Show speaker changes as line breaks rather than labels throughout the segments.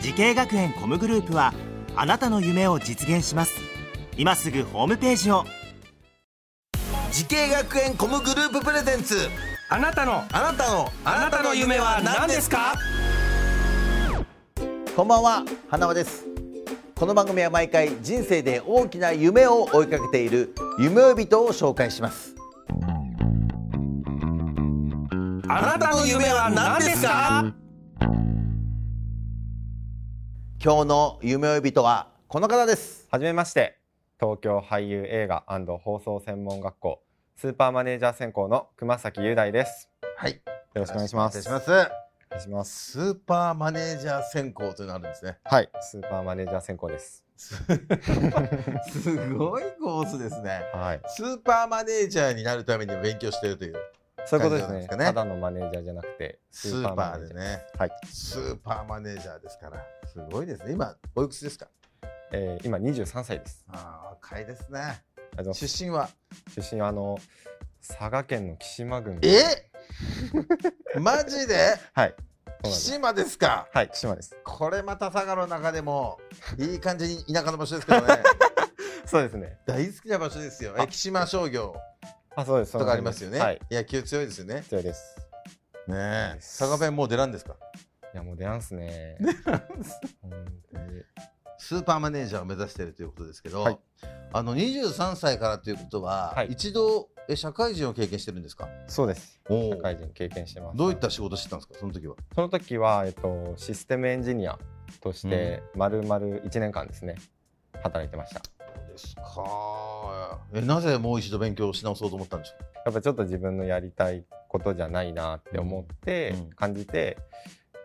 時系学園コムグループはあなたの夢を実現します今すぐホームページを
時系学園コムグループプレゼンツ
あなたの
あなたの
あなたの夢は何ですか
こんばんは花輪ですこの番組は毎回人生で大きな夢を追いかけている夢追い人を紹介します
あなたの夢は何ですか
今日の夢追い人はこの方です
はじめまして東京俳優映画放送専門学校スーパーマネージャー専攻の熊崎雄大です
はいよ
よろしくお願いします
しま
お
す
願いします
スーパーマネージャー専攻というのあるんですね
はいスーパーマネージャー専攻です
すごいコースですね
はい
スーパーマネージャーになるために勉強しているという
そういうことです
感じなん
ね
ですかね
ただのマネージャーじゃなくて
スーパーで
マネージャ
ね
はい、
スーパーマネージャーですからすごいですね今おいくつですか
えー、今23歳です
あー若いですね
あの
出身は
出身はあの佐賀県の岸間郡
えマジで
はいそうなんです
岸間ですか
はい岸間です
これまた佐賀の中でもいい感じに田舎の場所ですけど ね
そうですね
大好きな場所ですよ
あ
え木島商業
あそうです
とかありますよね、
はい
野球強いですよね
必要です
ねえ
です
佐賀弁もう出らんですか
いやもう出なんすね本当に
スーパーマネージャーを目指しているということですけど、
はい
あの23歳からということは、
はい
一度え社会人を経験してるんですか
そうです
お
社会
ー
人経験してます
どういった仕事してたんですかその時は
その時は、えっと、システムエンジニアとして丸々一年間ですね、働いてました
ですかえなぜもう一度勉強し直そうと思ったんでしょ
やっぱちょっと自分のやりたいことじゃないなって思って
うんうん
感じて、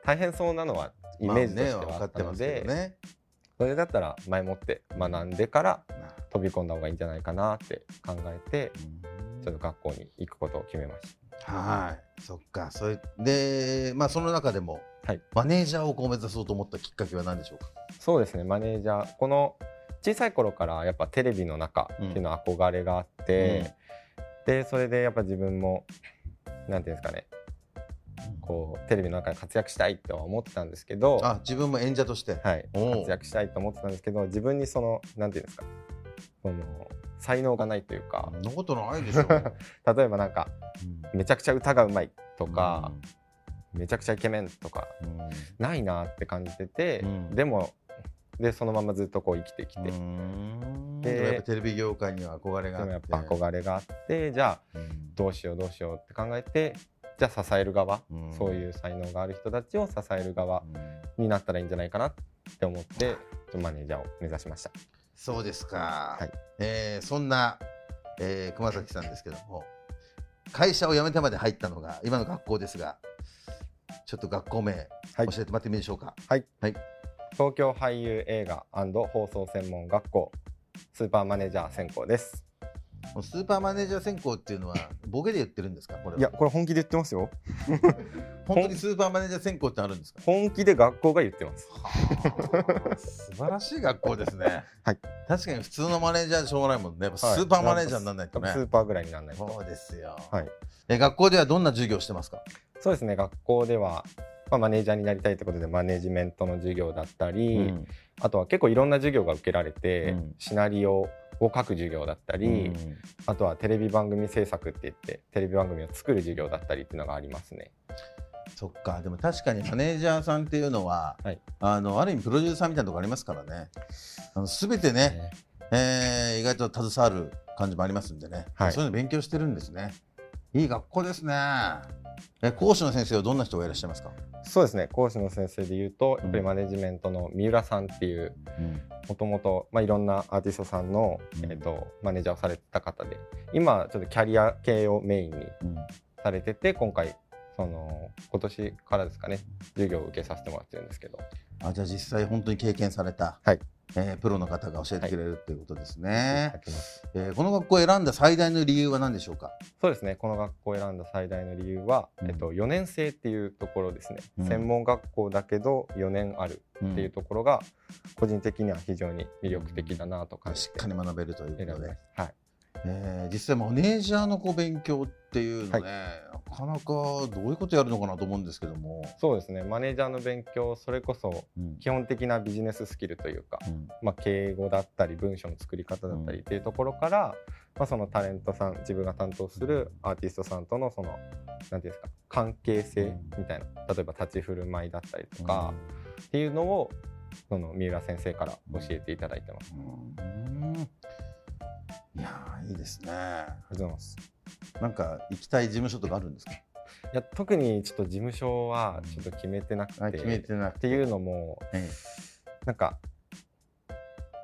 大変そうなのは
う
イメージとして
まあ
は
ね分
あ
か
っ
ったて
の
ます
で
け、どね
それだったら前もって学んでから飛び込んだ方がいいんじゃないかなって考えてちょっと学校に行くことを決めまし
はい、そっか、それで、まあ、その中でも、
はい
マネージャーをこう目指そうと思ったきっかけは何でしょうか。
たそうですねマネージャーこの小さい頃からやっぱテレビの中っていうのは憧れがあって、でそれでやっぱ自分もなんていうんですかねこうテレビの中で活躍したいとは思ってたんですけど、は
あ、自分も演者として。
い、
おう
活躍したいと思ってたんですけど自分にそのなんていうんですかその才能がないというか
そんなことな いでしょ
例えばなんかめちゃくちゃ歌がうまいと
と
か、、めちゃくちゃイケメンとか
うんうん
ないなって感じてて、
うん
でもでそのままずっとこう生きてきて、
う
で
ん
で
でもやっぱテレビ業界には憧れがあっ
も
て。
やっぱ憧れがあってじゃあ
うん
どうしようどうしようって考えてじゃあ支える側、
うん
そういう才能がある人たちを支える側になったらいいんじゃないかなって思ってマネージャーを目指しました
そうですか。
はい
えーそんな、えー熊崎さんですけども、会社を辞めてまで入ったのが今の学校ですが、ちょっと学校名教
はい
えてもらってもいいでしょうか。
東京俳優映画放送専門学校スーパーマネージャー専攻です
もうスーパーマネージャー専攻っていうのはボケで言ってるんですかこれはい
やこれ本気で言ってますよ
本当にスーパーマネージャー専攻ってあるんですか
本気で学校が言ってます
素晴らしい学校です ね
はい
確かに普通のマネージャーしょうがないもんねやっぱスーパーマネージャーにならないとね、
スーパーぐらいにならないと
そうですよ、
はい
え学校ではどんな授業をしてますか、
そうですね学校では、まあ、マネージャーになりたいってことでマネージメントの授業だったり、
うん
あとは結構いろんな授業が受けられて、
うん
シナリオを書く授業だったり、
うん
あとはテレビ番組制作って言ってテレビ番組を作る授業だったりっていうのがありますね
そっかでも確かにマネージャーさんっていうのは、
はい
あのある意味プロデューサーみたいなところありますからねあの全てね、
ね
えー意外と携わる感じもありますんでね、
はい
そういうの勉強してるんですねいい学校ですねえ講師の先生はどんな人がいらっしゃいますか、
そうですね講師の先生で言うと
ん
やっぱりマネジメントの三浦さんっていうもともといろんなアーティストさんの、
うん
えっとマネージャーをされてた方で今ちょっとキャリア系をメインにされてて今回その今年からですかね授業を受けさせてもらってるんですけど
あじゃあ実際本当に経験された、
はい
えープロの方が教えてくれるっていうことですね、
書きます
えーこの学校を選んだ最大の理由は何でしょうか
そうですねこの学校を選んだ最大の理由は、
うん
えっと、4年生っていうところですね、
うん
専門学校だけど4年ある
っ
っていうところが個人的には非常に魅力的だなと感じ
してっかり学べるという
選びま
こと
し
で、
た、はい、
えー実際マネージャーのこう勉強っていうのね、なかなかどういうことやるのかなと思うんですけども、
そうですねマネージャーの勉強それこそ
うん
基本的なビジネススキルというか、まあ、敬語だったり文章の作り方だったりっていうところから、まあ、そのタレントさん自分が担当するアーティストさんとのそのなんていうんですか関係性みたいな例えば立ち振る舞いだったりとか、っていうのをその三浦先生から教えていただいてます。
うんいやーいいですね
ありがとうございます
なんか行きたい事務所とかあるんですか
いや特にちょっと事務所はちょっと決めてなくて、
あ決めてな
っ
く
て
て
いうのも、
え
なんか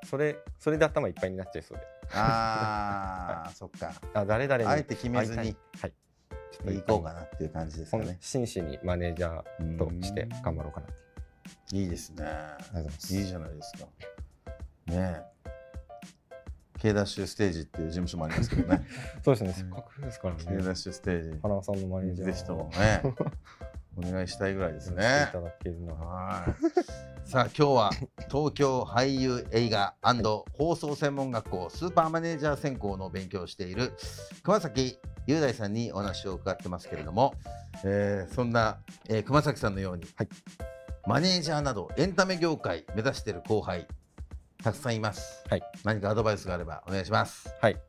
それそれで頭いっぱいになっちゃいそうで
あーそっか
あ誰々に
あえて決めず
会い
に
たいはいちょっと
行こうかなっていう感じですか
ほん
ね
真摯にマネージャーとして頑張ろうかなと
いいですね
ありがとうございます
いいじゃないですかねえ K ダッシュステージっていう事務所もありますけ どね
そうですねせっかくですから
K ダ
ね
ッシュステージ
花輪さんのマネージャー
ぜひともね、お願いしたいぐらいです
やら
ね
せて。いただけるのは
はい。さあ今日は東京俳優映画放送専門学校スーパーマネージャー専攻の勉強をしている熊崎雄大さんにお話を伺ってますけれども、えーそんな、えー熊崎さんのように、マネージャーなどエンタメ業界目指している後輩たくさんいます、
はい
何かアドバイスがあればお願いします。
はい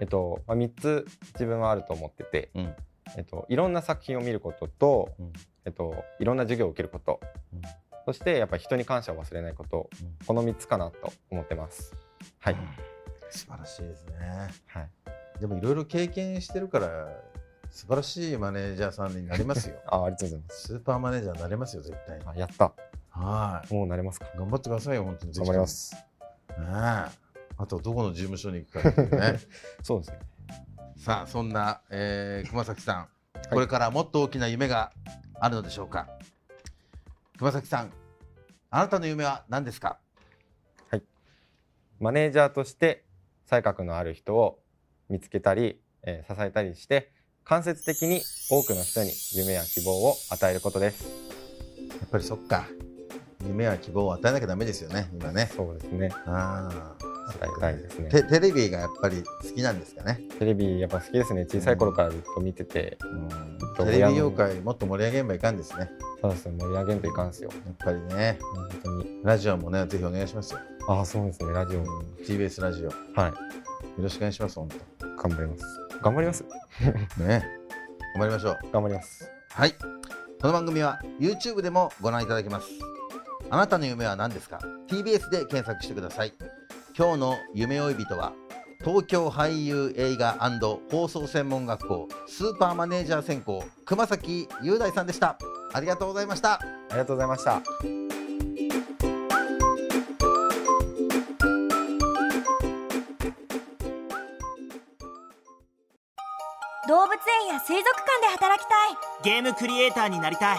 えっと、まあ、3つ自分はあると思ってて、
うん
えっと、いろんな作品を見ることと、
うん
えっと、いろんな授業を受けること、
うん
そしてやっぱり人に感謝を忘れないこと、
うん
この3つかなと思ってますはい、
素晴らしいですね。
はい、
でもいろいろ経験してるから素晴らしいマネージャーさんになりますよ
あありがとうございます
スーパーマネージャーになれますよ絶対に
あやった
は
もうなれますか
い頑張ってくださいよ本当に
頑張ります
ぜひともねえあとどこの事務所に行くかっていうね
そうですね
さあそんな、えー熊崎さんこれからもっと大きな夢があるのでしょうか、熊崎さんあなたの夢は何ですか
マネージャーとして才覚のある人を見つけたり、えー支えたりして間接的に多くの人に夢や希望を与えることです
やっぱりそっか夢は希望を与えなきゃダメですよね今ね
そうですね
あ
伝えたいですね
テテレビがやっぱり好きなんですかね
テレビやっぱ好きですね小さい頃からずっと見てて、
テレビ業界もっと盛り上げんばいかんですね。
そうですね盛り上げんといかんすよ
やっぱりね、
本当に
ラジオもね、ぜひお願いしますよ。
ああそうですねラジオも
TBS ラジオ、よ
はい
ろしくお願いします、本当。
頑張ります頑張ります
ね、頑張りましょう。
頑張ります
はい、この番組は YouTube でもご覧いただけます。あなたの夢は何ですか ?TBS で検索してください。今日の夢追い人は、東京俳優映画放送専門学校スーパーマネージャー専攻熊崎雄大さんでした。ありがとうございました。
ありがとうございました
動物園や水族館で働きたい
ゲームクリエイターになりたい